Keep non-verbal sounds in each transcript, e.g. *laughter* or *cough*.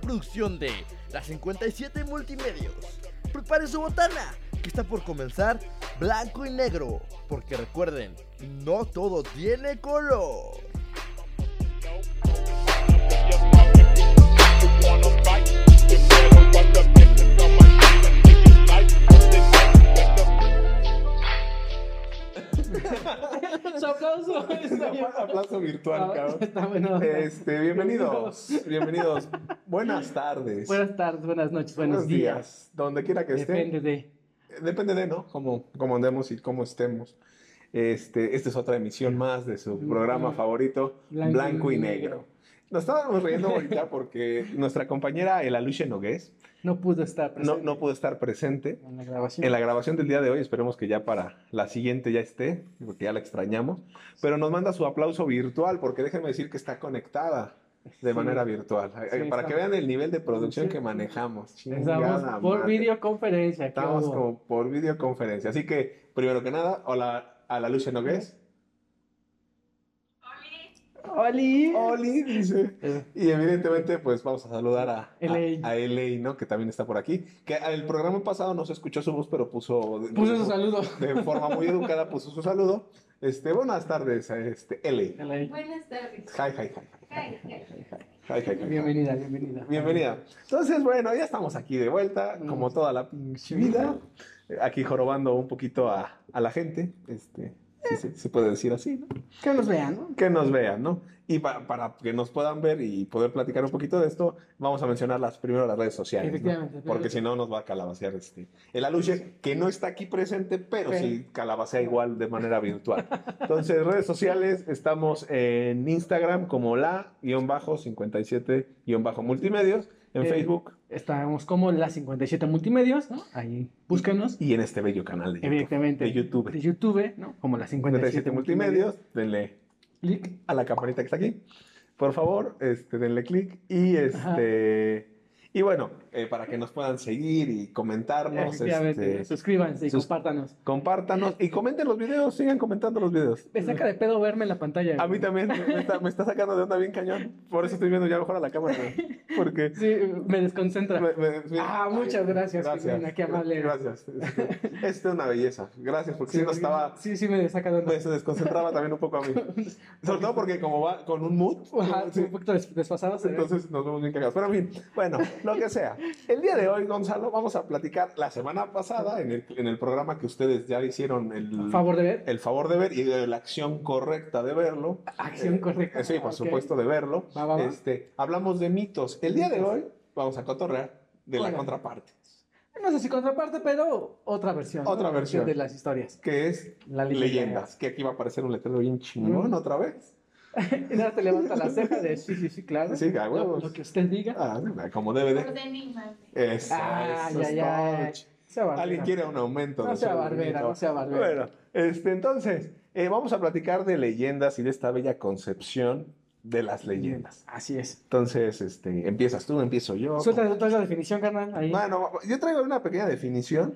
producción de La 57 Multimedios. Prepare su botana, que está por comenzar blanco y negro, porque recuerden, no todo tiene color. Su *laughs* aplauso. está bien. Aplauso virtual, Ah, cabrón. Está bueno. *laughs* Este, bienvenidos, bienvenidos. Buenas tardes. Buenas tardes, buenas noches, buenos, buenos días. Donde quiera que Depende estén. de. Depende de, ¿no? Cómo, cómo andemos y cómo estemos. Este, esta es otra emisión más de su programa Blanco- favorito, blanco Blanco, y y negro. Negro. Nos estábamos riendo ahorita porque nuestra compañera Elaluche Nogués No pudo estar no, presente no pudo estar presente en la grabación. en la grabación del día de hoy. Esperemos que ya para la siguiente ya esté, porque ya la extrañamos. Pero nos manda su aplauso virtual, porque déjenme decir que está conectada de Sí. manera virtual. Ay, ay, Sí, para está- que vean el nivel de producción Sí. que manejamos. Chingada Estamos por madre. videoconferencia. ¿qué Estamos hubo? como por videoconferencia. Así que, primero que nada, hola a la Lucia Nogués. ¡Oli! Oli, dice. Eh, Y evidentemente, pues vamos a saludar a, a- LA. a LA, ¿no? Que también está por aquí. Que el programa pasado no se escuchó su voz, pero puso... Puso su saludo. de forma muy educada puso su saludo. Este, buenas tardes, este, L. Buenas tardes. Hi, hi, hi. Hi, hi. Hi, hi, hi. Bienvenida, bienvenida. Bienvenida. Entonces, bueno, ya estamos aquí de vuelta, como toda la pinche vida, aquí jorobando un poquito a, a la gente, este, si se- se puede decir así, ¿no? Que nos vean, ¿no? Que nos vean, ¿no? Y pa- para que nos puedan ver y poder platicar un poquito de esto, vamos a mencionar las, primero las redes sociales, ¿no? Efectivamente. Porque si no, nos va a calabacear este. El Aluche, que no está aquí presente, pero Pero- sí calabacea igual de manera virtual. Entonces, redes sociales, estamos en Instagram como la-57-multimedios, en Eh, Facebook Estábamos como la 57 Multimedios, ¿no? Ahí, búscanos. y en este bello canal de YouTube. Evidentemente. De YouTube. De YouTube, ¿no? Como la 57 57 Multimedios, denle Clic. a la campanita que está aquí. Por favor, este, denle clic y Ajá. este... Y bueno, eh, para que nos puedan seguir y comentarnos, Efectivamente. este, Suscríbanse y sus- compártanos. compártanos y comenten los videos, sigan comentando los videos. Me saca de pedo verme en la pantalla. A mí güey. también, me me está, me está sacando de onda bien cañón. Por eso estoy viendo ya mejor a la cámara. güey, Porque. Sí, me desconcentra. me- me- me- Ah, muchas gracias, Jimena, qué amable. Gracias. Este, es una belleza. Gracias, porque Sí, si no estaba. Sí, sí, me saca de onda. Me se desconcentraba también un poco a mí. Sobre todo porque, como va con un mood. *laughs* Ajá, sí, un poquito des- desfasado. se ve. Entonces nos vemos bien cagados. Pero en fin, bueno, lo que sea. El día de hoy, Gonzalo, vamos a platicar la semana pasada en el, en el programa que ustedes ya hicieron Por el, favor de ver. el favor de ver y de la acción correcta de verlo. Acción Eh, correcta. eh, Sí, por Ok. supuesto, de verlo. Va, va, va. Este, hablamos de mitos. El día de hoy vamos a cotorrear de la Hola. contraparte, No sé si contraparte, pero otra versión. ¿no? Otra versión. de las historias. que es La *laughs* leyenda. leyendas, que aquí va a aparecer un letrero bien chingón Mm. otra vez. Y nada, te levanta la ceja de sí, sí, sí, claro. Sí, a lo, huevos. lo que usted diga. Ah, como debe de. Orden y mande. Eso, Ah, eso ya, es ya. touch. Sea barbera. Alguien quiere un aumento. No de sea sueldo, barbera, no sea barbera. Bueno, este, entonces, eh, vamos a platicar de leyendas y de esta bella concepción de las leyendas. Así es. Entonces, este, empiezas tú, empiezo yo. Suelta, suelta la definición, carnal. Ahí. Bueno, yo traigo una pequeña definición.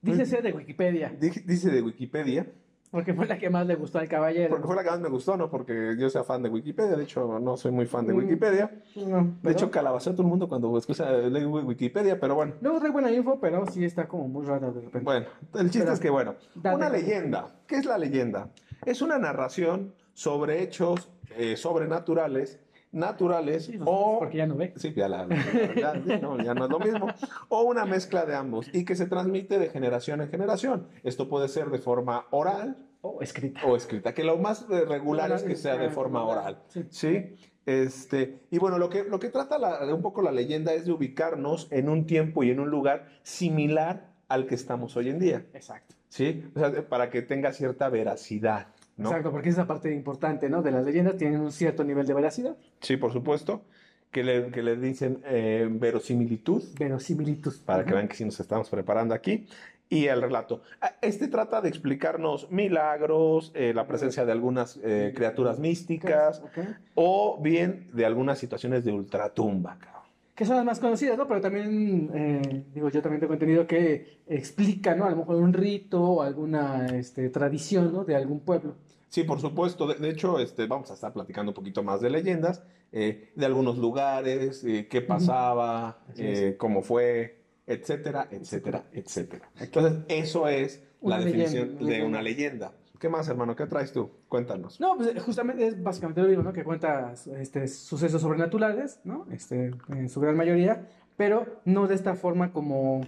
Dícese de Wikipedia, Dij- Dice de Wikipedia, porque fue la que más le gustó al caballero. porque fue la que más me gustó, ¿no? Porque yo sea fan de Wikipedia, de hecho no soy muy fan de Mm. Wikipedia. No, De pero- hecho, calabaceo a todo el mundo cuando escucha leo Wikipedia, pero bueno. Luego trae buena info, pero sí está como muy rara de repente. Bueno, el chiste Pero- es que, bueno, Date. una leyenda. ¿Qué es la leyenda? Es una narración sobre hechos eh, sobrenaturales, naturales Sí, pues, o... Porque ya no ve. Sí, ya, la- la- ya- ya no, ya no es lo mismo. O una mezcla de ambos y que se transmite de generación en generación. Esto puede ser de forma oral, O escrita. o escrita, que lo más eh, regular es que sea de forma oral. Sí. Sí, este, y bueno, lo que, lo que trata la- un poco la leyenda es de ubicarnos en un tiempo y en un lugar similar al que estamos hoy en día, Exacto. ¿sí? O sea, para que tenga cierta veracidad, ¿no? Exacto, porque esa parte importante, ¿no? De las leyendas tienen un cierto nivel de veracidad, Sí, por supuesto, que le, que le dicen eh, verosimilitud, verosimilitud. para que Ajá. vean que sí nos estamos preparando aquí. Y el relato. Ah, Este trata de explicarnos milagros, eh, la presencia de algunas eh, criaturas místicas, Ok. o bien de algunas situaciones de ultratumba, cabrón. Que son las más conocidas, ¿no? Pero también, eh, digo, yo también tengo entendido que explica, ¿no? A lo mejor un rito o alguna este, tradición, ¿no? De algún pueblo. Sí, por supuesto. De, de hecho, este, vamos a estar platicando un poquito más de leyendas, eh, de algunos lugares, eh, qué pasaba, Así es. eh, cómo fue, etcétera, etcétera, etcétera. Entonces, eso es la Una definición leyenda, una de una leyenda. ¿Qué más, hermano? ¿Qué traes tú? Cuéntanos. No, pues justamente es básicamente lo mismo, ¿no? Que cuenta este, sucesos sobrenaturales, ¿no? Este, en su gran mayoría, pero no de esta forma como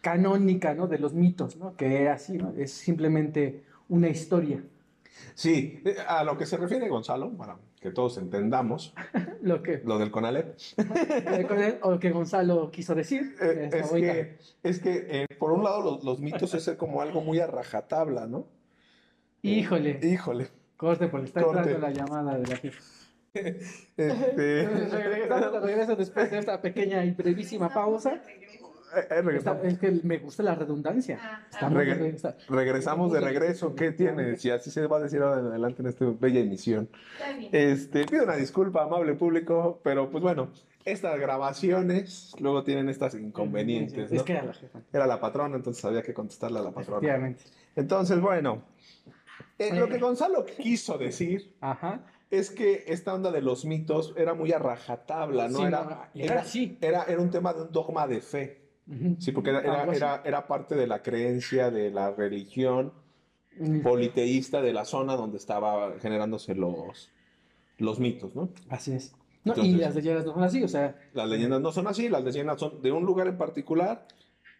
canónica, ¿no? De los mitos, ¿no? Que era así, ¿no? Es simplemente una historia. Sí, eh, a lo que se refiere Gonzalo, para que todos entendamos Lo que, eh, lo del Conalep, o lo que Gonzalo quiso decir. Eh, está es, bonita. que, es que, eh, por un lado, los, los mitos es como algo muy a rajatabla, ¿no? Híjole, Híjole. corte, porque está corte. entrando la llamada de la jefa. Este, *laughs* *laughs* Regresando- Regreso después de esta pequeña y brevísima pausa. eh, eh, Está- regresamos. es que me gusta la redundancia. Ah, ah, Estamos, Rega- está- Regresamos de regreso. ¿Qué tiene? Si así se va a decir ahora en adelante en esta bella emisión. está bien. Este, pido una disculpa, amable público, pero pues bueno, estas grabaciones luego tienen estas inconvenientes, Es ¿no? que era la jefa. Era la patrona, entonces había que contestarle a la patrona. Efectivamente. Entonces, bueno, eh, lo que Gonzalo quiso decir Ajá. es que esta onda de los mitos era muy a rajatabla, ¿no? Sí, Era, y era era, así. era, era un tema de un dogma de fe. Ujú. Sí, porque era, era- Algo así. era- era parte de la creencia de la religión Mm, politeísta de la zona donde estaba generándose los, los mitos, ¿no? Así es. No, y Entonces- las leyendas no son así, o sea, Las leyendas no son así, las leyendas son de un lugar en particular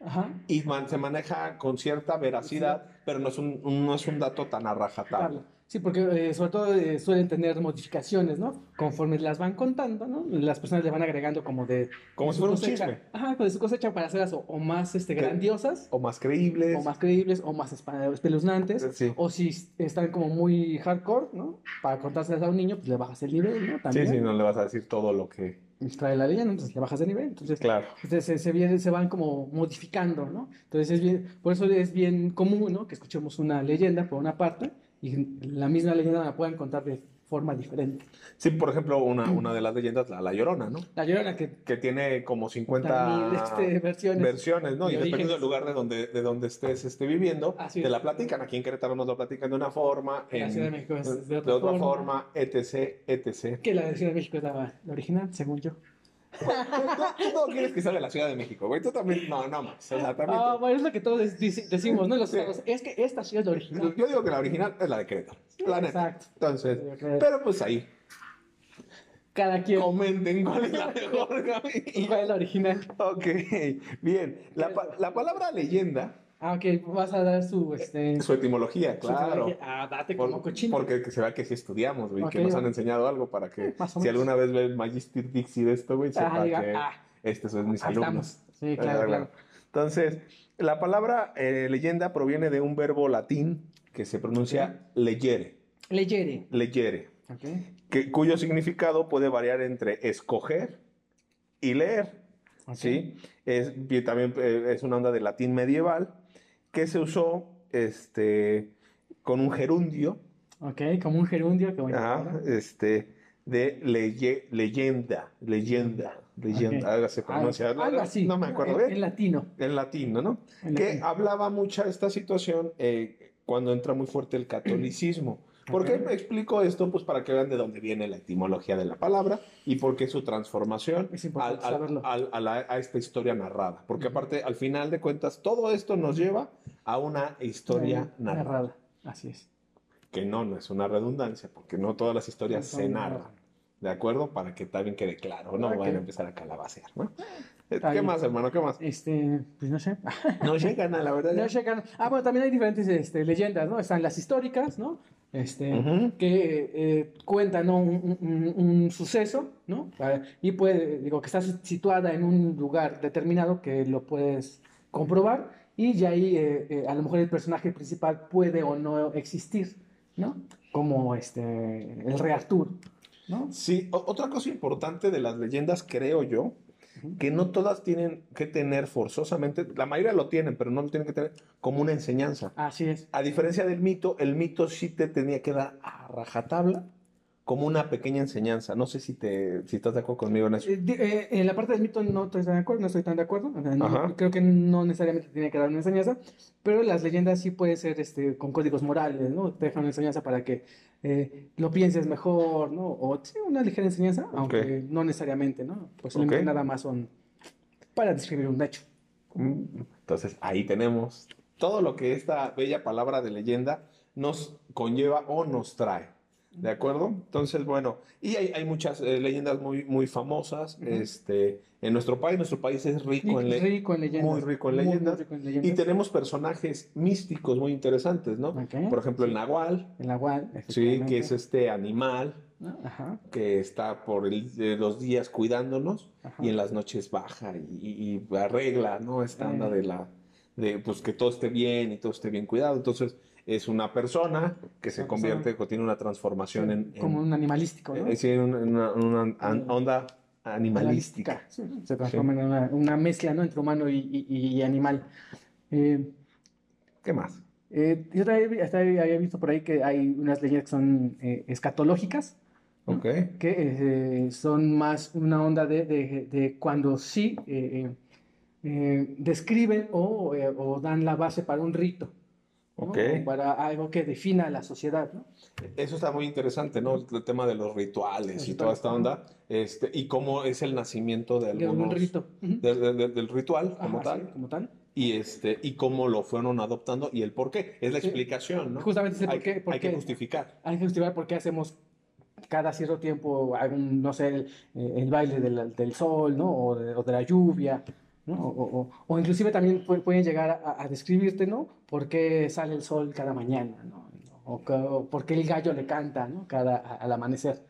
ajá. y man- se maneja con cierta veracidad, pero no es un, un- no es un dato tan a rajatabla. Sí, porque eh, sobre todo eh, suelen tener modificaciones, ¿no? Conforme las van contando, ¿no? Las personas le van agregando como de Como su si fuera un cosecha. chisme. Ajá, con su cosecha para hacerlas o, o más este, Que- grandiosas, O más creíbles. o más creíbles, o más espa- espeluznantes. Sí. O si están como muy hardcore, ¿no? Para contárselas a un niño, pues le bajas el nivel, ¿no? Sí, También. sí, no le vas a decir todo lo que... Trae la leyenda, entonces le bajas el nivel. Entonces, Claro. Entonces, se, se vienen- se van como modificando, ¿no? Entonces es bien, por eso es bien común, ¿no? Que escuchemos una leyenda por una parte y la misma leyenda la puedan contar de forma diferente. Sí, por ejemplo, *clears throat* una, una de las leyendas, la, la Llorona, ¿no? La llorona que Que tiene como 50... también este, versiones. versiones, ¿no? de Y orígenes. dependiendo del lugar de donde, de donde estés esté viviendo, Así te es. la platican. Aquí en Querétaro nos la platican de una forma, En la en- Ciudad de México es de, de otra otra forma. forma, etc, *laughs* etc. Que la de Ciudad de México es la, la original, según yo. Tú no quieres que salga de la Ciudad de México, güey. Tú también, no, no más. O sea, también Ah, tú- bueno, es lo que todos deci- decimos, ¿no? Los Sí. estados, Es que esta sí es la original. Yo digo que la original es la de Querétaro. La neta. Exacto. Entonces, Yo creo que pero pues ahí, Cada quien. comenten cuál es la mejor, Gaby. *laughs* ¿Cuál es la original? Ok, bien. La, pa- la palabra leyenda, Ah, ok, vas a dar su. Este, su etimología, su- Eh, claro. Ah, date Por- como cochino. porque que se vea que sí estudiamos, güey, que Ok, nos va. han enseñado algo para que *laughs* Más o si menos. alguna vez ve el Magister Dixie de esto, güey, Ah, sepa diga, que ah, estos son mis ahí alumnos. estamos. Sí, claro, claro. Entonces, la palabra eh, leyenda proviene de un verbo latín que se pronuncia leyere, Leyere. leyere, Ok. que, cuyo significado puede variar entre escoger y leer. ok. ¿sí? Es, y también eh, es una onda de latín medieval que se usó este, con un gerundio, Ok, como un gerundio, qué bueno. Ajá, ¿verdad? este, de leye- leyenda, leyenda, leyenda, Ok. algo se pronuncia, Ah, algo, la algo verdad, así. no me acuerdo en, bien, Ah, En latino. en latino, ¿no? en Que latino. hablaba mucha esta situación eh, cuando entra muy fuerte *clears throat* el catolicismo. ¿Por qué Ok. explico esto? Pues para que vean de dónde viene la etimología de la palabra y por qué su transformación Es al- importante al- saberlo. al- a, la- a esta historia narrada. Porque aparte, al final de cuentas, todo esto nos lleva a una historia Eh, narrada. Así es. que no, no es una redundancia, porque no todas las historias No son se narradas. narran, ¿de acuerdo? Para que también quede claro, no Ok. van a empezar a calabacear, ¿no? Eh, Está ¿Qué bien. más, hermano? ¿Qué más? Este, pues no sé. No llegan a la verdad. No checan- Ah, bueno, también hay diferentes este, leyendas, ¿no? Están las históricas, ¿no? Este, Ujú. que eh, cuentan ¿no? un, un- un- un suceso, ¿no? Ah, Y puede, digo, que está situada en un lugar determinado que lo puedes comprobar y ya ahí eh, eh, a lo mejor el personaje principal puede o no existir, ¿no? Como este, el rey Arturo, ¿no? Sí, o- otra cosa importante de las leyendas, creo yo, Ujú. que no todas tienen que tener forzosamente, la mayoría lo tienen, pero no lo tienen que tener como una enseñanza. Así es. A diferencia del mito, el mito sí te tenía que dar a rajatabla como una pequeña enseñanza. No sé si te, si estás de acuerdo conmigo en eso. Eh, di- eh, en la parte de Milton no estoy tan de acuerdo, no estoy tan de acuerdo. O sea, no- Ajá. creo que no necesariamente tiene que dar una enseñanza, pero las leyendas sí pueden ser este, con códigos morales, ¿no? Te dejan una enseñanza para que eh, lo pienses mejor, ¿no? O sí, una ligera enseñanza, aunque no necesariamente, ¿no? Posiblemente Ok. nada más son para describir un hecho. Mm, Entonces ahí tenemos todo lo que esta bella palabra de leyenda nos conlleva o nos trae. ¿De acuerdo? Entonces, bueno, y hay, hay muchas eh, leyendas muy, muy famosas Ujú. este, en nuestro país. Nuestro país es Y rico en, le- rico en leyendas. muy rico en muy, muy leyendas. rico en Y leyendas. tenemos personajes místicos muy interesantes, ¿no? Ok. Por ejemplo, el nahual, El agua, sí, que es este animal Ajá, que está por el- eh, los días cuidándonos ajá. y en las noches baja y, y- y arregla, ¿no? Esta onda Eh. de la, de pues que todo esté bien y todo esté bien cuidado. Entonces, es una persona que se Una persona. convierte, o tiene una transformación en, en- Como un animalístico, ¿no? eh, sí, en una, en una- en una an- onda animalística. Sí, se transforma en una, una mezcla, ¿no? Entre humano y, y- y animal. Eh, ¿Qué más? eh, yo también vi- hasta había visto por ahí que hay unas leyendas que son eh, escatológicas, Ok. que eh, son más una onda de, de- de cuando sí eh, eh, eh, describen o, eh, o dan la base para un rito, ¿no? Ok. O Para algo que defina a la sociedad, ¿no? Eso está muy interesante, ¿no? El tema de los rituales y toda esta onda, este, y cómo es el nacimiento de De un algunos, rito. Ujú. del- del- del- del ritual como Ajá, tal, sí, como tal. y este, y cómo lo fueron adoptando y el por qué. Es la Sí. explicación, ¿no? Justamente ese hay, por qué, por hay que qué. justificar. Hay que justificar por qué hacemos cada cierto tiempo algún, no sé, el, eh, el baile del, del sol, ¿no? O de, o de la lluvia, ¿no? O, o- o inclusive también pu- pueden llegar a, a describirte, ¿no? ¿Por qué sale el sol cada mañana, ¿no? O, ca- o por qué el gallo le canta, ¿no? Cada, a- al amanecer.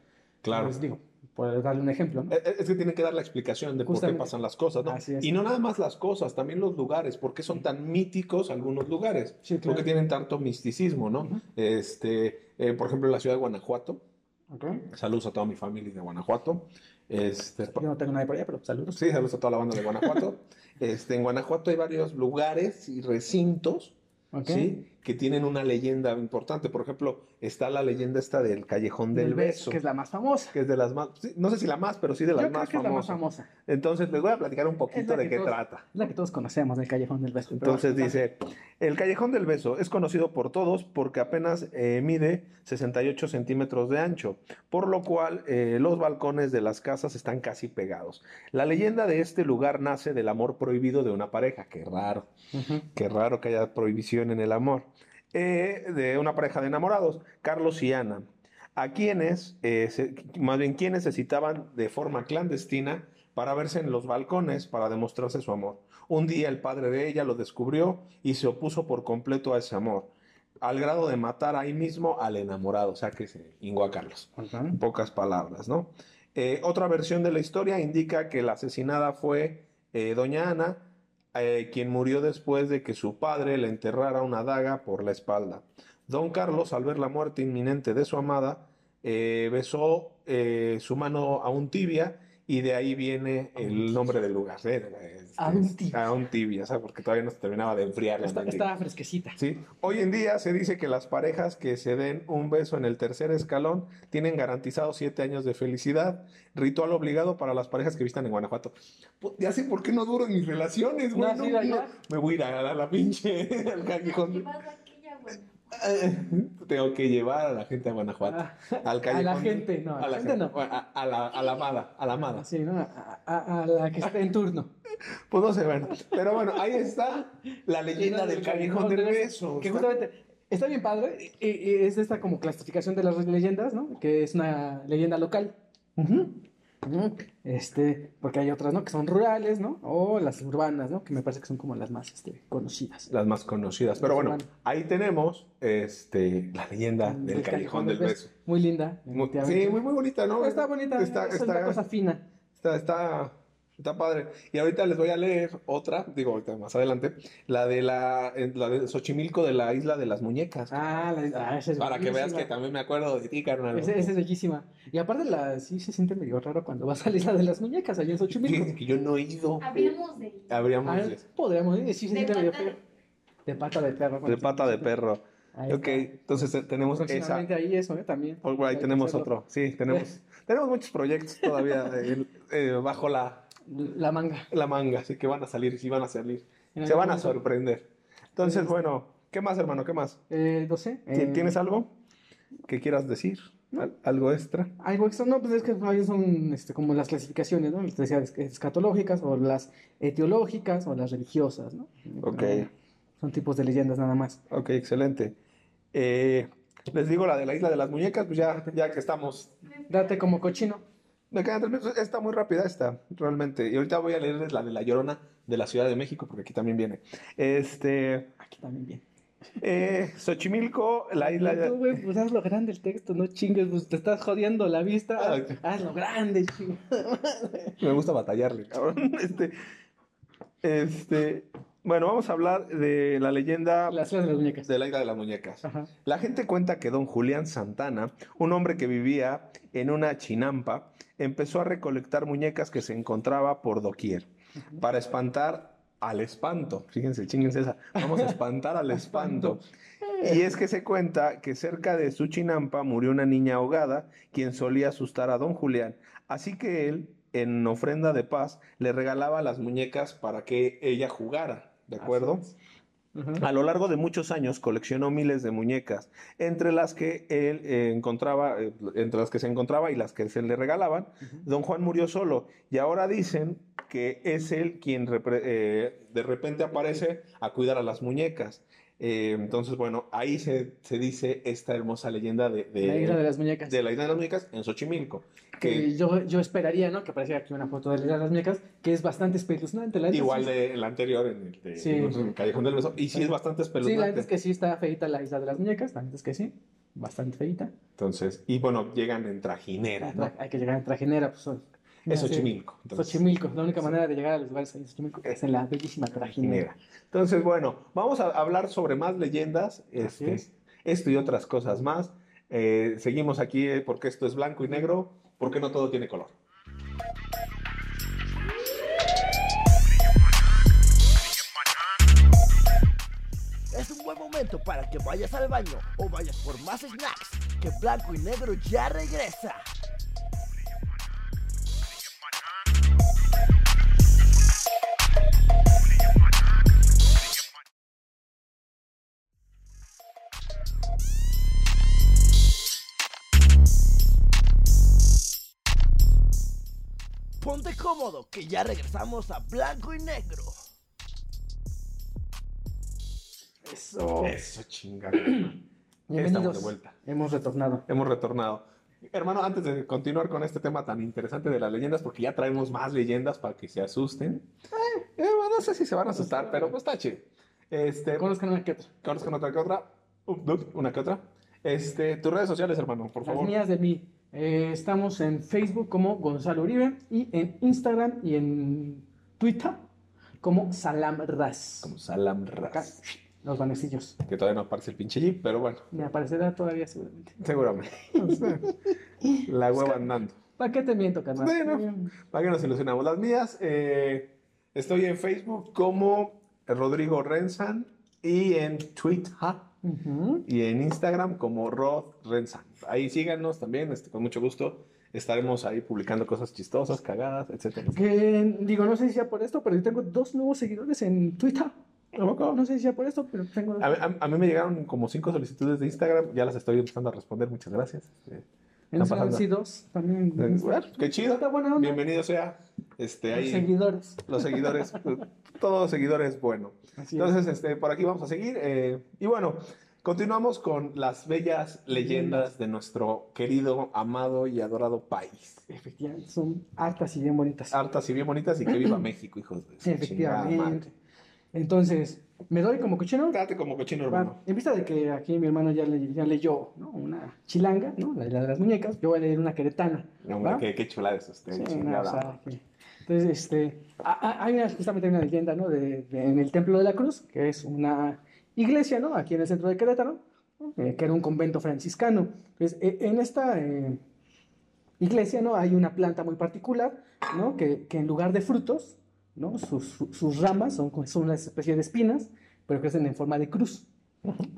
Claro. Eh, Entonces, digo, por darle un ejemplo, ¿no? Es- Es es que tienen que dar la explicación de por qué Justamente. pasan las cosas, ¿no? Así es. Y no nada más las cosas, también los lugares, por qué son tan míticos algunos lugares, Sí, por qué claro. tienen tanto misticismo, ¿no? Ujú. Este, eh, por ejemplo, la ciudad de Guanajuato, Ok. saludos a toda mi familia de Guanajuato, este, Yo no tengo nadie por allá, pero saludos. Sí, saludos a toda la banda de *laughs* Guanajuato. Este, en Guanajuato hay varios lugares y recintos, Ok. ¿sí? Que tienen una leyenda importante. Por ejemplo, está la leyenda esta del Callejón del, Del Beso, Beso, que es la más famosa. que es de las más, sí, no sé si la más, pero sí de las Yo creo más que es la más famosas. famosa. Entonces, les voy a platicar un Es la poquito de que qué todos- trata. Es la que todos conocemos, del Callejón del Beso. Pero Entonces bueno, dice, el Callejón del Beso es conocido por todos porque apenas eh, mide 68 centímetros de ancho, por lo cual eh, los balcones de las casas están casi pegados. La leyenda de este lugar nace del amor prohibido de una pareja, qué raro. Ujú. Qué raro que haya prohibición en el amor. Eh, de una pareja de enamorados, Carlos y Ana, a quienes, eh, se- más bien quienes se citaban de forma clandestina para verse en los balcones para demostrarse su amor. Un día el padre de ella lo descubrió y se opuso por completo a ese amor, al grado de matar ahí mismo al enamorado, o sea que se ingó a Carlos Ujú. en pocas palabras, ¿no? Eh, otra versión de la historia indica que la asesinada fue eh, Doña Ana, eh, quien murió después de que su padre le enterrara una daga por la espalda. Don Carlos, al ver la muerte inminente de su amada, eh, besó eh, su mano aún tibia y de ahí viene el nombre del lugar. ¿eh? Este, Aún tibia. aún tibia, o sea, porque todavía no se terminaba de enfriar la Está- mente. estaba fresquecita. Sí. Hoy en día se dice que las parejas que se den un beso en el tercer escalón tienen garantizados siete años de felicidad. Ritual obligado para las parejas que vistan en Guanajuato. Po- Ya sé por qué no duro en mis relaciones, güey. No, no, sí, la- no. Me voy a ir a la, a la pinche *laughs* al ¿Qué *laughs* callejón. pasa aquí ya, bueno? Eh, Tengo que llevar a la gente a Guanajuato. Ah, al a callejón. la gente, no, a la, gente, no. A, a la, a la amada, a la amada. Sí, no, a, a- a la que está en turno. Pues no sé, bueno. Pero bueno, ahí está la leyenda del callejón del beso. Que Está- justamente está bien padre. y- y es esta como clasificación de las leyendas, ¿no? Que es una leyenda local. Ujú. Este, porque hay otras, ¿no? Que son rurales, ¿no? O las urbanas, ¿no? Que me parece que son como las más este, conocidas. las más conocidas. Pero bueno, Bueno. ahí tenemos este, la leyenda del, Del callejón del beso. Muy linda. Muy- efectivamente. sí, muy, muy bonita, ¿no? Está bonita, Está, es está, una cosa fina. está, está, está padre. Y ahorita les voy a leer otra, digo ahorita más adelante, la de la, eh, la de Xochimilco de la isla de las muñecas. Ah, la- ah, esa es para que veas que buenísima. también me acuerdo de ti, carnal. Esa esa es bellísima. Y aparte, la, sí se siente medio raro cuando vas a la isla de las muñecas allá en Fíjense Xochimilco. *laughs* que yo no he ido. Habíamos de ir. Habríamos Ah, de- podríamos, eh, sí se De siente medio pata de- feo. De pata de perro. de pata de perro. Ahí Ok, está. entonces eh, tenemos esa. Próximamente ahí eso, ¿eh? También. Por ahí Hay que tenemos hacerlo. otro. Sí, *laughs* tenemos, tenemos muchos proyectos todavía eh, eh, bajo la, La manga. la manga, así que van a salir, sí van a salir. En Se algún van a momento. sorprender. Entonces, Sí. bueno, ¿qué más, hermano? ¿Qué más? Eh, no sé. ¿Ti- eh, ¿Tienes algo que quieras decir? ¿Al- ¿Algo extra? Algo extra, no, pues es que todavía son este, como las clasificaciones, ¿no? Te decía, es- escatológicas o las etiológicas o las religiosas, ¿no? Ok. Pero Son tipos de leyendas nada más. Ok, excelente. Eh, les digo la de la isla de las muñecas, pues ya, ya que estamos. Date como cochino. Me quedan tres minutos. Está muy rápida esta, realmente. Y ahorita voy a leerles la de la Llorona de la Ciudad de México, porque aquí también viene. Este, Aquí también bien. eh, Xochimilco, la isla Pero tú, de... güey, pues hazlo grande el texto, no chingues, pues te estás jodiendo la vista. Ah, haz- ok. Hazlo grande, chingo. Me gusta batallarle, cabrón. *laughs* Este, este, bueno, vamos a hablar de la leyenda Las las de las muñecas. de la isla de las muñecas. Ajá. La gente cuenta que don Julián Santana, un hombre que vivía en una chinampa, empezó a recolectar muñecas que se encontraba por doquier para espantar al espanto. Fíjense, chinguense esa. Vamos a espantar al espanto. Y es que se cuenta que cerca de su chinampa murió una niña ahogada, quien solía asustar a don Julián. Así que él, en ofrenda de paz, le regalaba las muñecas para que ella jugara. ¿De acuerdo? Ah, Ajá. A lo largo de muchos años coleccionó miles de muñecas, entre las que él eh, encontraba, eh, entre las que se encontraba y las que se le regalaban. Don Juan murió solo y ahora dicen que es él quien repre- eh, de repente aparece a cuidar a las muñecas. Eh, entonces, bueno, ahí se, se dice esta hermosa leyenda de, de- La isla de las muñecas. de la isla de las muñecas en Xochimilco, que Que yo, yo esperaría, ¿no? Que apareciera aquí una foto de la isla de las muñecas, que es bastante espeluznante. La neta, igual sí, de la anterior en el, de- Sí. en el Callejón del Beso, y sí es bastante Sí, la neta espeluznante. es que sí está feita la isla de las muñecas, la neta es que sí, bastante feita. Entonces, y bueno, llegan en trajinera, ¿no? Hay que llegar en trajinera, pues. son- Es Sí. Xochimilco. entonces, Xochimilco, la única manera de llegar a los lugares ahí en Xochimilco es en la bellísima trajinera. Negra. Entonces, bueno, vamos a hablar sobre más leyendas, Así este, es. esto y otras cosas más. Eh, seguimos aquí eh, porque esto es blanco y negro, porque no todo tiene color. Es un buen momento para que vayas al baño o vayas por más snacks, que Blanco y Negro ya regresa. Ponte cómodo, que ya regresamos a Blanco y Negro. Eso. Eso, chingada. Estamos de Bienvenidos. vuelta. Hemos retornado. Hemos retornado. Hermano, antes de continuar con este tema tan interesante de las leyendas, porque ya traemos más leyendas para que se asusten. Eh, eh, no sé si se van a asustar, pero pues está chido. Este, Conozcan una que otra. conozcan otra que otra. Up, up, Una que otra. Este, tus redes sociales, hermano, por Las favor. mías de mí. Eh, estamos en Facebook como Gonzalo Uribe y en Instagram y en Twitter como Salam Ras. Como Salam Acá, Ras. los banecillos. Que todavía no aparece el pinche Jeep, pero bueno, Me aparecerá todavía *laughs* seguramente. seguramente. *laughs* O sea, la hueva andando. ¿Para qué te miento, carnal? Bueno. Para que nos ilusionamos. Las mías, eh, estoy en Facebook como Rodrigo Renzan y en Twitter Ujú. y en Instagram como Rod Renzan. Ahí síganos también, este, con mucho gusto. Estaremos ahí publicando cosas chistosas, cagadas, etcétera. Que digo, no sé si sea por esto, pero yo tengo dos nuevos seguidores en Twitter. No sé si sea por esto, pero tengo. A, mí- a- a mí me llegaron como cinco solicitudes de Instagram, ya las estoy empezando a responder, muchas gracias. Eh, en no Instagram pasa nada. sí, dos. También. bueno, qué chido. Está Pues buena onda. Bienvenido sea. Este, Los ahí, Seguidores. los seguidores, todo seguidor es bueno. Así es. Entonces, este, por aquí vamos a seguir. eh, y bueno, continuamos con las bellas leyendas de nuestro querido, amado y adorado país. Efectivamente, son hartas y bien bonitas. Hartas y bien bonitas y que viva México, hijos Sí, de su chingada efectivamente. madre. Entonces, me doy como cochino. Date como cochino Va, hermano. En vista de que aquí mi hermano ya, le- ya leyó ¿no? una chilanga, ¿no? la, la de las muñecas, yo voy a leer una queretana. No, hombre, ¿va? qué, qué chulada es usted, Sí, no, chingada o sea, madre. que- Entonces, este, a- a- hay una- justamente una leyenda, ¿no? De, de- en el Templo de la Cruz, que es una iglesia, ¿no? Aquí en el centro de Querétaro, ¿no? Eh, que era un convento franciscano. Entonces, e- en esta eh, iglesia, ¿no? Hay una planta muy particular, ¿no? Que, que en lugar de frutos, ¿no? Sus, su- sus ramas son, como- son una especie de espinas, pero crecen en forma de cruz,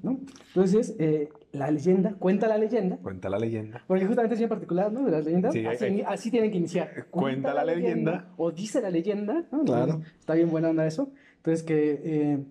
¿no? Entonces, eh, la leyenda, cuenta la leyenda, Cuenta la leyenda. porque justamente es bien particular, ¿no? De las leyendas, Sí, hay- así, hay- así tienen que iniciar. Cuenta la leyenda. O dice la leyenda, ¿no? Claro. Entonces, Está bien buena onda eso. Entonces, que eh,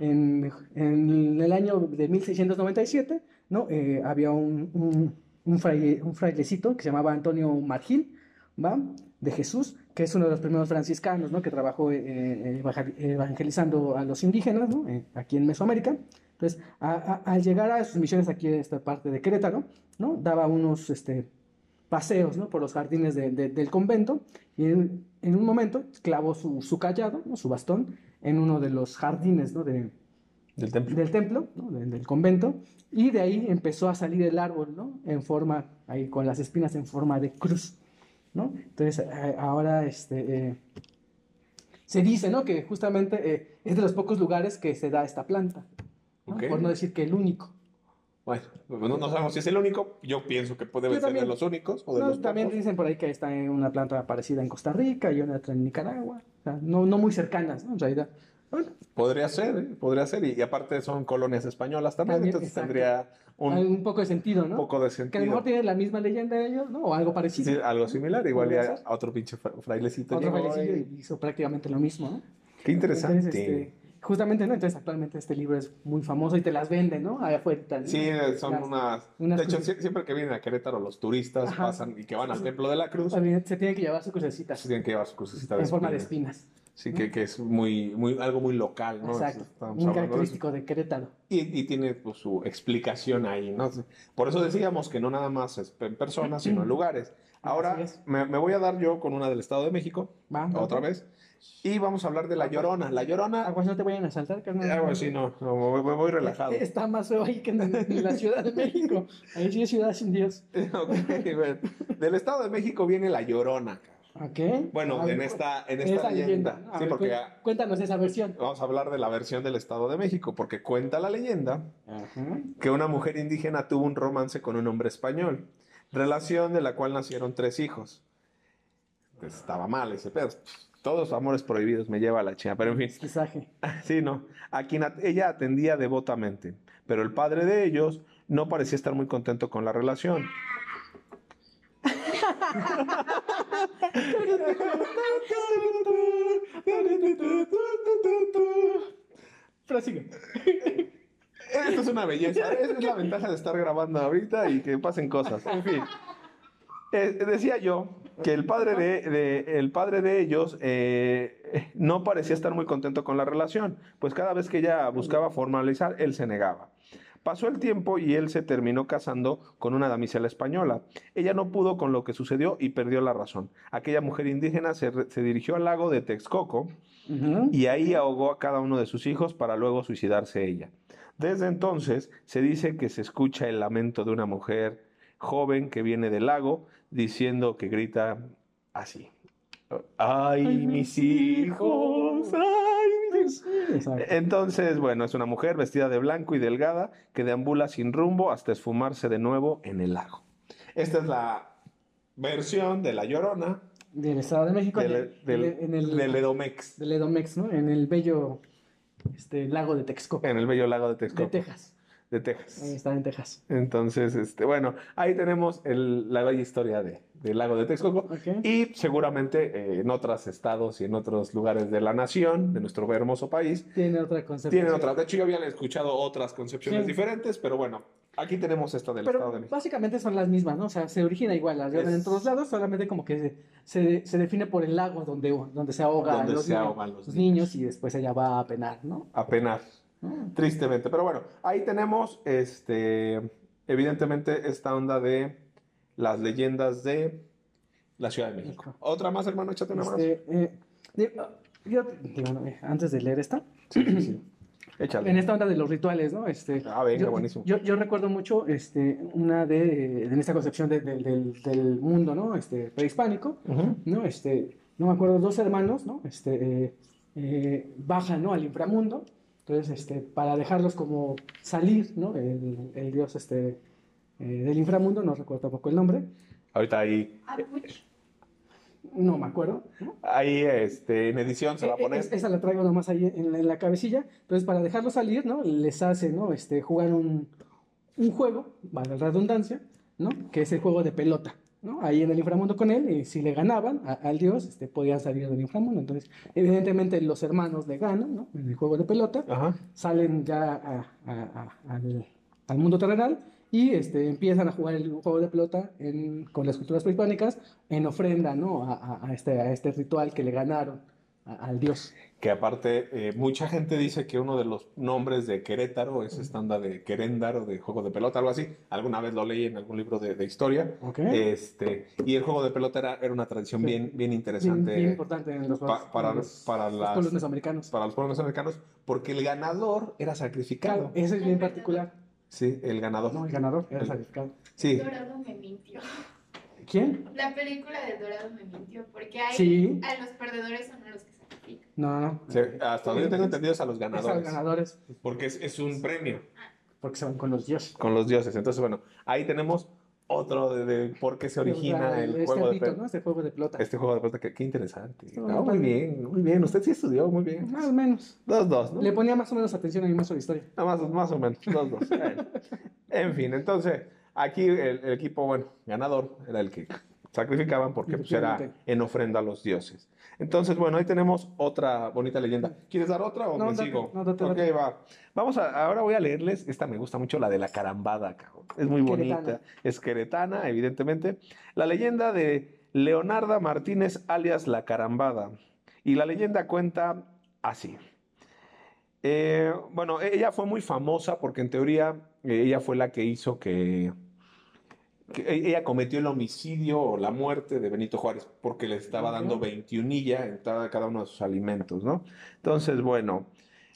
en, en el año de 1697, ¿no? Eh, había un, un, un fraile- un frailecito que se llamaba Antonio Margil, ¿va? De Jesús, que es uno de los primeros franciscanos, ¿no? Que trabajó eh, eh, evangel- evangelizando a los indígenas, ¿no? Eh, aquí en Mesoamérica. Entonces, a- a- al llegar a sus misiones aquí en esta parte de Querétaro, ¿no? Daba unos este, paseos, ¿no? Por los jardines de- de- del convento y en, en un momento clavó su, su callado, ¿no? su bastón, en uno de los jardines, ¿no? De, Del templo. del templo, ¿no? De- del convento, y de ahí empezó a salir el árbol, ¿no? En forma, ahí con las espinas en forma de cruz, ¿no? Entonces, eh, ahora este, eh, se dice, ¿no? Que justamente eh, es de los pocos lugares que se da esta planta, ¿no? Ok. Por no decir que el único. Bueno, no, no sabemos si es el único. Yo pienso que puede Yo ser de también. los únicos o de No, los también pocos. dicen por ahí que está en una planta parecida en Costa Rica y otra en Nicaragua, o sea, no, no muy cercanas, ¿no? En realidad. Bueno, Podría ser, ¿eh? podría ser. Y, y aparte son colonias españolas también, También, entonces exacto. tendría un hay un poco de sentido, ¿no? poco de Que a lo mejor sentido. tienen la misma leyenda de ellos, ¿no? O algo Sí, parecido. algo similar, igual Podría ya ser. a otro pinche fra- frailecito Otro llegó bailecillo y- y hizo prácticamente lo mismo, ¿no? Qué interesante. Entonces, este, justamente, ¿no? Entonces, actualmente este libro es muy famoso y te las venden, ¿no? Allá afuera. ¿no? Sí, eh, son Las- unas... unas de hecho, cruces. sie- siempre que vienen a Querétaro los turistas Ajá. pasan y que van al Templo de la Cruz, Olvídate, Se tienen que llevar su crucecita se tienen que llevar su crucecita de en forma de espina. espinas. Sí, que, que es muy, muy, algo muy local, ¿no? Exacto. Estamos Muy hablando de eso. característico de Querétaro. Y, y tiene pues, su explicación ahí, ¿no? Por eso decíamos que no nada más es en personas, sino en lugares. Ahora Así es. me, me voy a dar yo con una del Estado de México, Va, va, otra va. vez, y vamos a hablar de La Llorona. La Llorona, eh, Aguas, no te vayan a saltar, carnal. algo así, no, no, me voy- me voy *laughs* relajado. Está más feo ahí que en, en la Ciudad de México. Ahí sí es Ciudad sin Dios. Ok, bueno. Del Estado de México viene La Llorona. cabrón. ¿Ok? Bueno, A ver, en esta, en esta leyenda. ¿no? A Sí, ver, porque cu- Cuéntanos esa versión. vamos a hablar de la versión del Estado de México, porque cuenta la leyenda Ajá. que una mujer indígena tuvo un romance con un hombre español, relación de la cual nacieron tres hijos. Pues estaba mal ese pedo. Todos amores prohibidos me lleva a la china, pero en fin. *laughs* Esquizaje. Sí, no. A quien at- ella atendía devotamente, pero el padre de ellos no parecía estar muy contento con la relación. Prosigue. Esto es una belleza. Esa es la ventaja de estar grabando ahorita y que pasen cosas. En fin. Eh, decía yo que el padre de, de- el padre de ellos eh, no parecía estar muy contento con la relación, pues cada vez que ella buscaba formalizar, él se negaba. Pasó el tiempo y él se terminó casando con una damisela española. Ella no pudo con lo que sucedió y perdió la razón. Aquella mujer indígena se, re- se dirigió al lago de Texcoco, y ahí ahogó a cada uno de sus hijos para luego suicidarse ella. Desde entonces se dice que se escucha el lamento de una mujer joven que viene del lago diciendo que grita así. Ay, Ay, mis mis hijos, hijos. ay, mis Exacto. entonces, bueno, es una mujer vestida de blanco y delgada que deambula sin rumbo hasta esfumarse de nuevo en el lago. Esta es la versión de La Llorona Del Estado de México. del, e- en el- del- en el, del Edomex, del Edomex, ¿no? En el bello este, lago de Texcoco. en el bello lago de de Texcoco. Texas. de Ahí Texas. está, en Texas. Entonces, este, bueno, ahí tenemos el- la bella historia de, del lago de Texcoco ¿Ok? y seguramente eh, en otros estados y en otros lugares de la nación, de nuestro hermoso país, Tiene otra concepción. tienen otras. De hecho, yo había escuchado otras concepciones Sí. diferentes, pero bueno, aquí tenemos esta del Estado de Pero México. básicamente son las mismas, ¿no? O sea, se origina igual, las venden en Es- todos lados, solamente como que se, se, se define por el lago donde, donde se ahoga Donde los se niños, ahogan los los niños y después ella va a penar, ¿no? Apenas, ¿No? tristemente. Pero bueno, ahí tenemos, este, evidentemente, esta onda de las leyendas de la Ciudad de México. Hijo. Otra más, hermano, échate una más. Este, eh, de- yo, digo, no, eh, antes de leer esta, Sí, sí, sí. *clears throat* Échale. en esta onda de los rituales, ¿no? Este, Ah, venga, yo, buenísimo. Yo, yo recuerdo mucho este, una de, en esta concepción de- de- del, del mundo, ¿no? Este, prehispánico, Ujú. ¿no? Este, no me acuerdo, dos hermanos, ¿no? Este, eh, eh, bajan, ¿no? Al inframundo, entonces, este, para dejarlos como salir, ¿no? El, el dios, este, eh, del inframundo, no recuerdo tampoco el nombre, Ahorita ahí. Ah, puch. No me acuerdo. ¿no? Ahí este, en edición se va a Eh, eh, poner. es- esa la traigo nomás ahí en la, en la cabecilla. Entonces, para dejarlo salir, ¿no? Les hace, ¿no? Este, jugar un, un juego, valga la redundancia, ¿no? Que es el juego de pelota, ¿no? Ahí en el inframundo con él, y si le ganaban a- al dios, este, podían salir del inframundo. Entonces, evidentemente, los hermanos le ganan, ¿no? En el juego de pelota Ajá. salen ya a- a- a- al, al mundo terrenal y este, empiezan a jugar el juego de pelota en- con las culturas prehispánicas en ofrenda ¿no? a, a- a este, a este ritual que le ganaron a- al dios. Que aparte, eh, mucha gente dice que uno de los nombres de Querétaro es esta onda de Queréndaro, de juego de pelota, algo así. Alguna vez lo leí en algún libro de, de historia. ¿ok? Este, y el juego de pelota era, era una tradición ¿Eh? Sí. bien, bien bien, interesante bien importante en los, pa- para, en los- para, los las- pueblos mesoamericanos. para los pueblos mesoamericanos, porque el ganador era sacrificado. Claro, ese es bien particular. Sí, el ganador. No, el ganador era El- sacrificado. Sí, Dorado me mintió. ¿Quién? La película de Dorado me mintió porque hay Sí. a los perdedores son a los que sacrifican. No, no, no. se- hasta donde tengo entendido es a los Es a los ganadores. ganadores Porque es, es un premio porque se van con los dioses. con los dioses. Entonces, bueno, ahí tenemos otro de, de por qué se origina el este juego de rito, pelota. ¿no? Este juego de pelota. Este juego de pelota, qué, qué interesante. Está No, bonito. muy bien, muy bien. Usted sí estudió, muy bien. Más o menos. Dos, dos, ¿no? Le ponía más o menos atención a mi maestro de historia. Ah, Más, más o menos, *laughs* dos, dos. Bueno. En fin, entonces, aquí el, el equipo, bueno, ganador era el que sacrificaban porque pues, era Efectivamente. en ofrenda a los dioses. Entonces, bueno, ahí tenemos otra bonita leyenda. ¿Quieres dar otra o No, me date, sigo? no, date, Ok, date. va. Vamos a, ahora voy a leerles, esta me gusta mucho, la de la carambada, cabrón. Es muy Queretana. bonita. Es queretana, evidentemente. La leyenda de Leonarda Martínez, alias la carambada. Y la leyenda cuenta así. Eh, bueno, ella fue muy famosa porque en teoría eh, ella fue la que hizo que, que e- ella cometió el homicidio o la muerte de Benito Juárez porque le estaba Ok. dando 21illa en cada, cada uno de sus alimentos, ¿no? Entonces, bueno,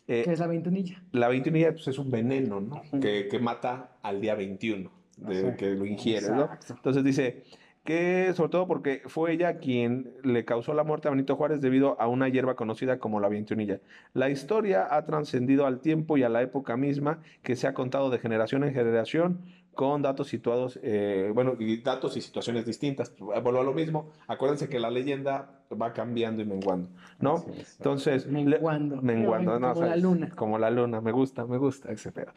eh, que es la veintonilla. la 21 pues, es un veneno, ¿no? Que, que mata al día 21 de Ajá. que lo ingiere, ¿no? Exacto. Entonces dice que sobre todo porque fue ella quien le causó la muerte a Benito Juárez debido a una hierba conocida como la vientunilla. La historia ha trascendido al tiempo y a la época misma que se ha contado de generación en generación con datos situados, eh, bueno, y datos y situaciones distintas. Vuelvo a lo mismo, acuérdense que la leyenda va cambiando y menguando, ¿no? Entonces, le- Menguando. menguando, no, Como o la sea, luna. como la luna, me gusta, me gusta ese pedo.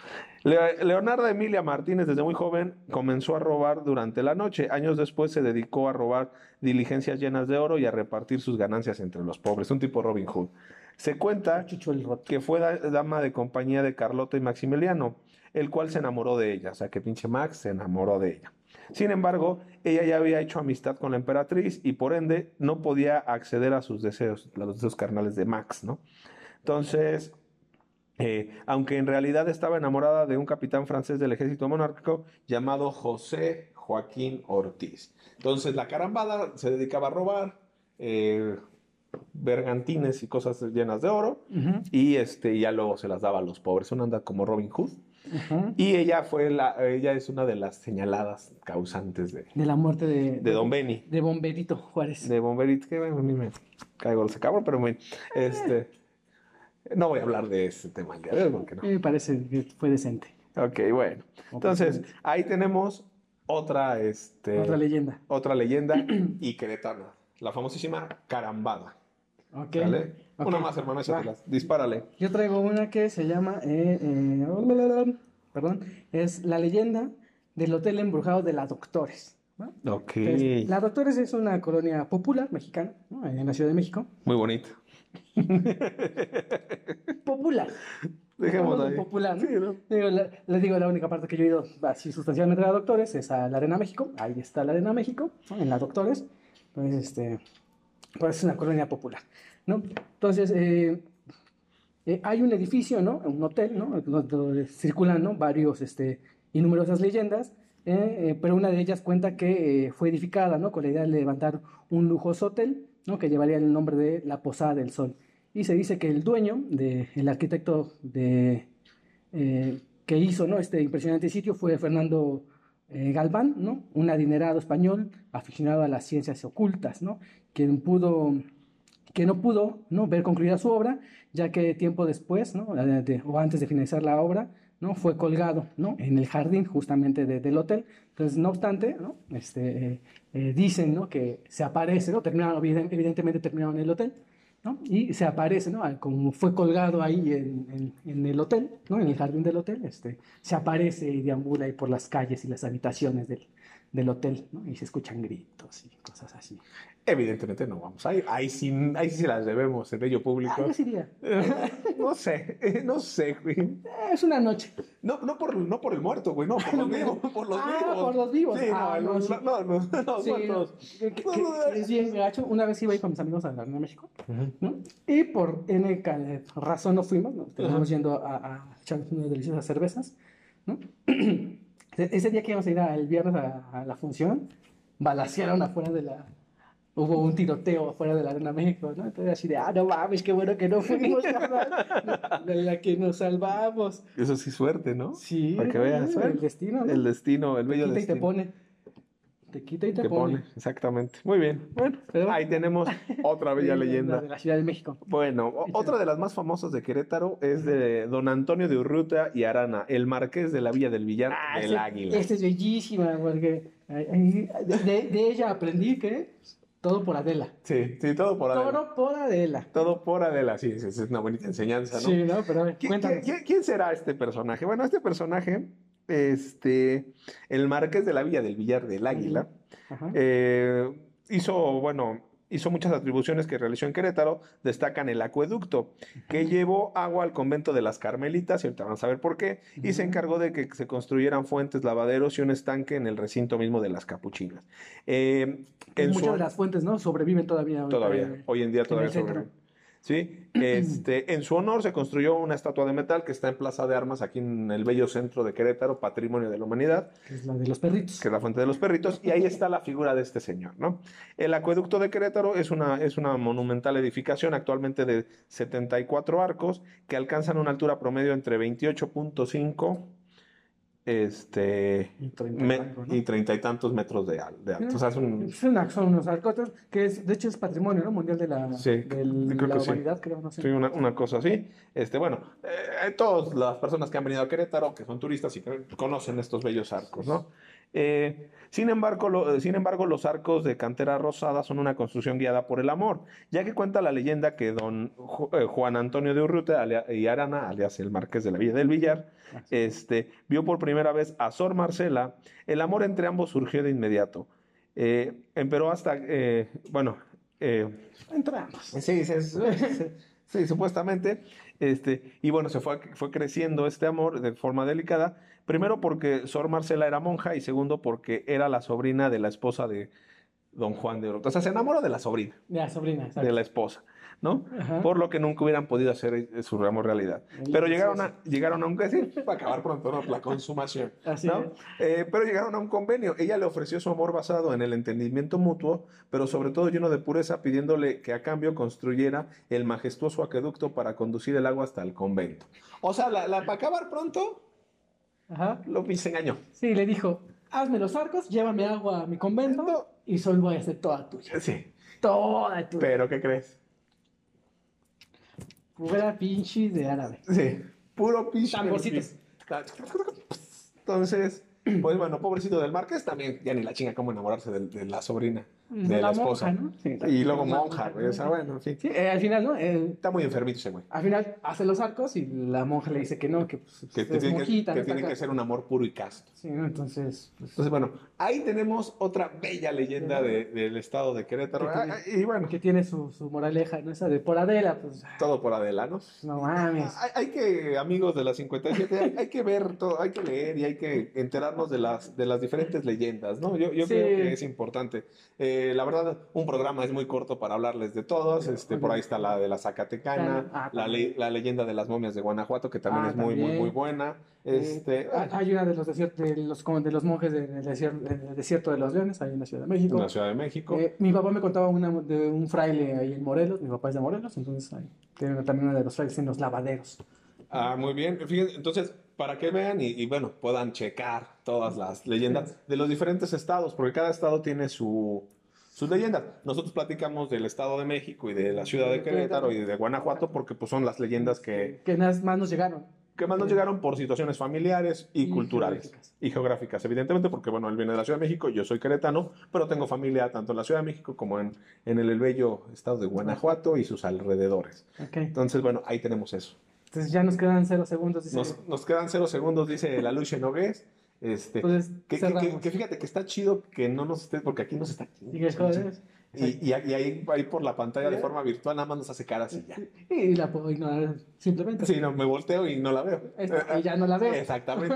Le- Leonarda Emilia Martínez, desde muy joven, comenzó a robar durante la noche. Años después se dedicó a robar diligencias llenas de oro y a repartir sus ganancias entre los pobres, un tipo Robin Hood. Se cuenta Chucho el roto. que fue da- dama de compañía de Carlota y Maximiliano, el cual se enamoró de ella, o sea que pinche Max se enamoró de ella. Sin embargo, ella ya había hecho amistad con la emperatriz y por ende no podía acceder a sus deseos, a los deseos carnales de Max, ¿no? Entonces, eh, aunque en realidad estaba enamorada de un capitán francés del ejército monárquico llamado José Joaquín Ortiz. Entonces, la carambada se dedicaba a robar eh, bergantines y cosas llenas de oro. Y este, ya luego se las daba a los pobres. Una anda como Robin Hood. Ajá. Y ella fue la, ella es una de las señaladas causantes de, De la muerte de, de Don Benny. de Bomberito Juárez. De Bomberit, que bueno, a mí me caigo ese cabrón, pero bueno, este. No voy a hablar de ese tema el día de hoy, porque no. Eh, me parece que fue decente. Ok, bueno. Entonces, ahí tenemos otra, este, otra leyenda. otra leyenda *clears throat* y queretana. La famosísima carambada. Ok. ¿Vale? Ok. Una más, hermano, Va. échatelas. Dispárale. Yo traigo una que se llama. eh, eh, blablabla, perdón. Es la leyenda del hotel embrujado de las doctores. ¿va? Ok. Entonces, Las Doctores es una colonia popular mexicana, ¿no? en la Ciudad de México. Muy bonito. Popular. Dejémoslo Hablamos de ahí. popular, ¿no? Sí, ¿no? Digo, la- les digo, la única parte que yo he ido así sustancialmente a la Doctores es a la Arena México. Ahí está la Arena México, ¿no? en la Doctores. Entonces, este, pues es una colonia popular, ¿no? Entonces, eh, eh, hay un edificio, ¿no? Un hotel, ¿no? Donde donde circulan, ¿no? Varios, este, y numerosas leyendas, eh, eh, pero una de ellas cuenta que eh, fue edificada, ¿no? Con la idea de levantar un lujoso hotel, ¿no? Que llevaría el nombre de La Posada del Sol. Y se dice que el dueño, de, el arquitecto de, eh, que hizo, ¿no? Este impresionante sitio fue Fernando eh, Galván, ¿no? Un adinerado español aficionado a las ciencias ocultas, ¿no? Quien pudo que no pudo ¿no? ver concluida su obra, ya que tiempo después, ¿no? Eh, de- o antes de finalizar la obra, ¿no? Fue colgado, ¿no? En el jardín justamente de- del hotel. Entonces, no obstante, ¿no? Este, eh, eh, dicen, ¿no? Que se aparece, ¿no? Terminaron, eviden- evidentemente terminaron en el hotel, ¿no? Y se aparece, ¿no? Ah, Como fue colgado ahí en, en- en el hotel, ¿no? En el jardín del hotel, este, se aparece y deambula ahí por las calles y las habitaciones del, del hotel, ¿no? Y se escuchan gritos y cosas así. Evidentemente no vamos a ir. Ahí sí, ahí sí se las debemos, el bello Ah, público. yo sí diría, Eh, *laughs* No sé, eh, no sé, güey. "Ah, es una noche. No, no, por, no por el muerto, güey, no, por *laughs* los vivos, por los Ah, vivos. por los vivos. Sí, Ah, no, no, los- sí. no, los- los Sí, muertos. que- que- que es bien gacho. Una vez iba ahí con mis amigos a la Arena de México, ¿no? Y por N ca- eh, razón no fuimos, ¿no? Terminamos yendo a, a echarnos unas deliciosas cervezas, ¿no? *clears throat* E- Ese día que íbamos a ir a- el viernes a, a la función, balacearon afuera de la... Hubo un tiroteo afuera de la Arena México, ¿no? Entonces así de, ah, no mames, qué bueno que no fuimos, *laughs* carnal, De la que nos salvamos. Eso sí, suerte, ¿no? Sí, Para que ¿no? veas, ¿eh? el destino, ¿no? El destino, el Te bello quita y te destino. pone. Te quita y te, Te pone. pone, exactamente. Muy bien. Bueno, pero- Ahí tenemos *laughs* otra bella Sí, la- la leyenda. De la Ciudad de México. Bueno, o- otra de las más famosas de Querétaro es de don Antonio de Urrutia y Arana, el marqués de la Villa del Villar Ah, del este- Águila. Esta es bellísima, porque ay, ay, de, de ella aprendí que todo por Adela. Sí, sí, todo por Adela. Todo por Adela. Todo por Adela, sí, sí, sí, es una bonita enseñanza, ¿no? Sí, ¿no? Pero a ver, ¿Qui- cuéntame. qui- qui- ¿Quién será este personaje? Bueno, este personaje, este, el marqués de la Villa del Villar del Águila, Ajá. eh, hizo, bueno, hizo muchas atribuciones que realizó en Querétaro, destacan el acueducto, que llevó agua al convento de las Carmelitas, y ahorita van a saber por qué, y se Ujú. encargó de que se construyeran fuentes, lavaderos y un estanque en el recinto mismo de las Capuchinas. Eh, en Muchas su- de las fuentes, ¿no? Sobreviven todavía. ahorita, Todavía, eh, hoy en día en todavía el centro. sobrevive. Sí, este, en su honor se construyó una estatua de metal que está en Plaza de Armas, aquí en el bello centro de Querétaro, Patrimonio de la Humanidad, que es la de los perritos. que es la fuente de los perritos, y ahí está la figura de este señor, ¿no? El acueducto de Querétaro es una, es una monumental edificación actualmente de 74 arcos que alcanzan una altura promedio entre 28.5 este, Y treinta y me- algo, ¿no? Mm. y treinta y tantos metros de, al- de alto. O sea, es un- Es una- son unos arcotes, que es, de hecho es patrimonio, ¿no? Mundial de la, Sí, de la creo que sí. humanidad, creo, no sé. Sí, una, una cosa así. Este, bueno, eh, todas las personas que han venido a Querétaro, que son turistas y que conocen estos bellos arcos, ¿no? Eh, sin embargo, lo- eh, sin embargo, los arcos de cantera rosada son una construcción guiada por el amor, ya que cuenta la leyenda que don Ju- eh, Juan Antonio de Urrutia alia- y Arana, alias el marqués de la Villa del Villar, este, vio por primera vez a Sor Marcela, el amor entre ambos surgió de inmediato. Eh, empero hasta, eh, bueno, eh, Entramos. Sí, sí, *laughs* sí, sí, supuestamente. Este, y bueno, se fue, fue creciendo este amor de forma delicada. Primero porque Sor Marcela era monja y segundo porque era la sobrina de la esposa de Don Juan de Orotava. O sea, se enamoró de la sobrina, De la sobrina, de la esposa, ¿no? Ajá. Por lo que nunca hubieran podido hacer eh, su amor realidad. Pero llegaron a, llegaron a un decir, para acabar pronto, ¿no? La consumación. Así ¿no? es. Eh, pero llegaron a un convenio. Ella le ofreció su amor basado en el entendimiento mutuo, pero sobre todo lleno de pureza, pidiéndole que a cambio construyera el majestuoso acueducto para conducir el agua hasta el convento. O sea, la, la- para acabar pronto, Ajá. lo se engañó. Sí, le dijo, hazme los arcos, llévame agua a mi convento y soy voy a ser toda tuya. Sí, Toda tuya. pero ¿qué crees? Fuera pinche de árabe. Sí, puro pinche. Tamborcitos. Entonces, pues bueno, pobrecito del marqués también, ya ni la chinga cómo enamorarse del- de, la sobrina, de la, monja, esposa. ¿no? Sí, Y luego monja, güey, o sea, bueno, en fin. Sí, eh, al final, ¿no? Eh, Está muy enfermito ese güey. al final hace los arcos y la monja le dice que no, que pues, Que, es que tiene, que- monjita, que no está tiene acá. que ser un amor puro y casto. Sí, ¿no? entonces, pues, Entonces, bueno, ahí tenemos otra bella leyenda de- del estado de Querétaro. Que Ah, tiene- ah, y bueno, que tiene su, su moraleja, ¿no? Esa de por Adela, pues, todo por Adela, ¿no? no mames. Hay, hay que, amigos de la 57, hay, hay que ver todo, hay que leer y hay que enterarnos de las, de las diferentes leyendas, ¿no? Yo, yo Sí. creo que es importante. Eh, la verdad, un programa es muy corto para hablarles de todos. Este, por ahí está la de la Zacatecana, Ah, la, le- la leyenda de las momias de Guanajuato, que también Ah, es muy, muy, también. muy buena. Este, Eh, ha- hay una de los, desiertos, de los, como de los monjes de- del desierto, del desierto de los leones, ahí en la Ciudad de México. en la Ciudad de México. Eh, mi papá me contaba una de un fraile ahí en Morelos, mi papá es de Morelos, entonces ahí tiene también una de los frailes en los lavaderos. Ah, muy bien. Fíjense, entonces, para que vean y, y, bueno, puedan checar todas las leyendas de los diferentes estados, porque cada estado tiene su, sus leyendas. Nosotros platicamos del Estado de México y de la ciudad de Querétaro y de Guanajuato, porque pues son las leyendas que, Que nada más nos llegaron. que más nos llegaron por situaciones familiares y, Y culturales geográficas. y geográficas, evidentemente, porque bueno, él viene de la Ciudad de México, yo soy queretano, pero tengo familia tanto en la Ciudad de México como en, en el bello estado de Guanajuato y sus alrededores. Ok. Entonces, bueno, ahí tenemos eso. Entonces ya nos quedan cero segundos. dice. Nos, nos quedan cero segundos, dice la Lucia Nogués. Este, Entonces, que, que- que- Pues, cerramos. que fíjate que está chido que no nos esté, porque aquí nos está. Y que- joder. Y, y ahí, ahí por la pantalla de forma virtual nada más nos hace cara así ya. Y la puedo ignorar simplemente. Sí, no, Eh, me volteo y no la veo. Esta- y ya no la veo. Exactamente.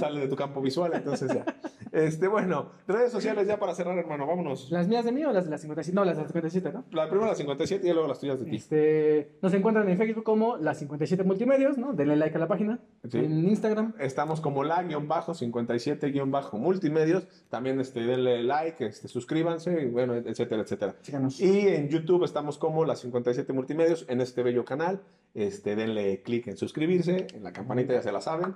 Sale de tu campo visual, entonces ya. Este, bueno, redes sociales ya para cerrar, hermano, vámonos. ¿Las mías de mí o las de las 57? No, las de las 57, ¿no? La primera, la 57, y luego las tuyas de ti. Este, nos encuentran en Facebook como las 57 multimedios, ¿no? Denle like a la página. Sí. En Instagram. Estamos como la-57-multimedios. También este, denle like, este, suscríbanse, y bueno, etcétera, etcétera. Síganos. Y en YouTube estamos como la 57 Multimedios en este bello canal. Este, denle clic en suscribirse, en la campanita ya se la saben.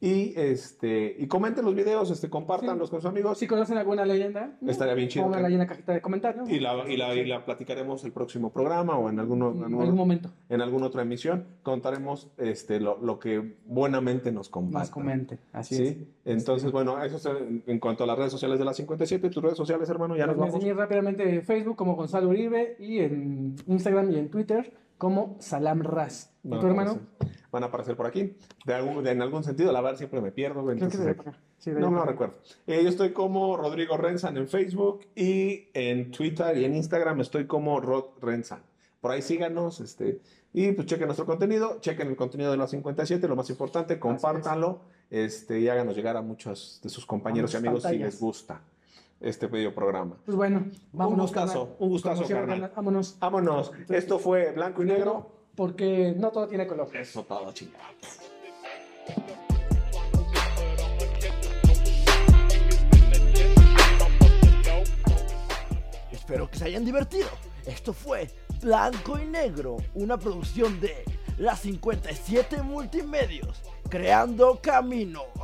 Y este, y comenten los videos, este, compártanlos con sus amigos. si conocen alguna leyenda, ¿no? Estaría bien chido. pónganla ahí que- en la cajita de comentarios. Y la, y, la, y la platicaremos el próximo programa o en, alguno, en, en algún- algún momento en alguna otra emisión. Contaremos este, lo, lo que buenamente nos compartan. nos comente. Así ¿Sí? es. Este, Entonces, bueno, eso es en, en cuanto a las redes sociales de las 57. Tus redes sociales, hermano, ya nos Las vamos. enseñé rápidamente en Facebook como Gonzalo Uribe y en Instagram y en Twitter como Salam Raz. ¿Y Van a tu hermano? aparecer- van a aparecer por aquí. De algún- de- en algún sentido, la verdad siempre me pierdo. güey, Creo que entonces de aquí- acá. Sí, de no, no acá. recuerdo. Eh, yo estoy como Rodrigo Renzan en Facebook y en Twitter y en Instagram estoy como Rod Renzan. Por ahí síganos, este, y pues chequen nuestro contenido, chequen el contenido de los 57, lo más importante, compártanlo, este, y háganos llegar a muchos de sus compañeros y Vamos, amigos si pantallas. les gusta este medio programa. Pues bueno, vámonos. gustazo, carnal. un gustazo, Como siempre, carnal. carnal, Vámonos. Vámonos, esto fue Blanco y Negro. Porque no todo tiene color. Eso todo, chingada. Espero que se hayan divertido. Esto fue Blanco y Negro, una producción de La 57 Multimedios, creando caminos.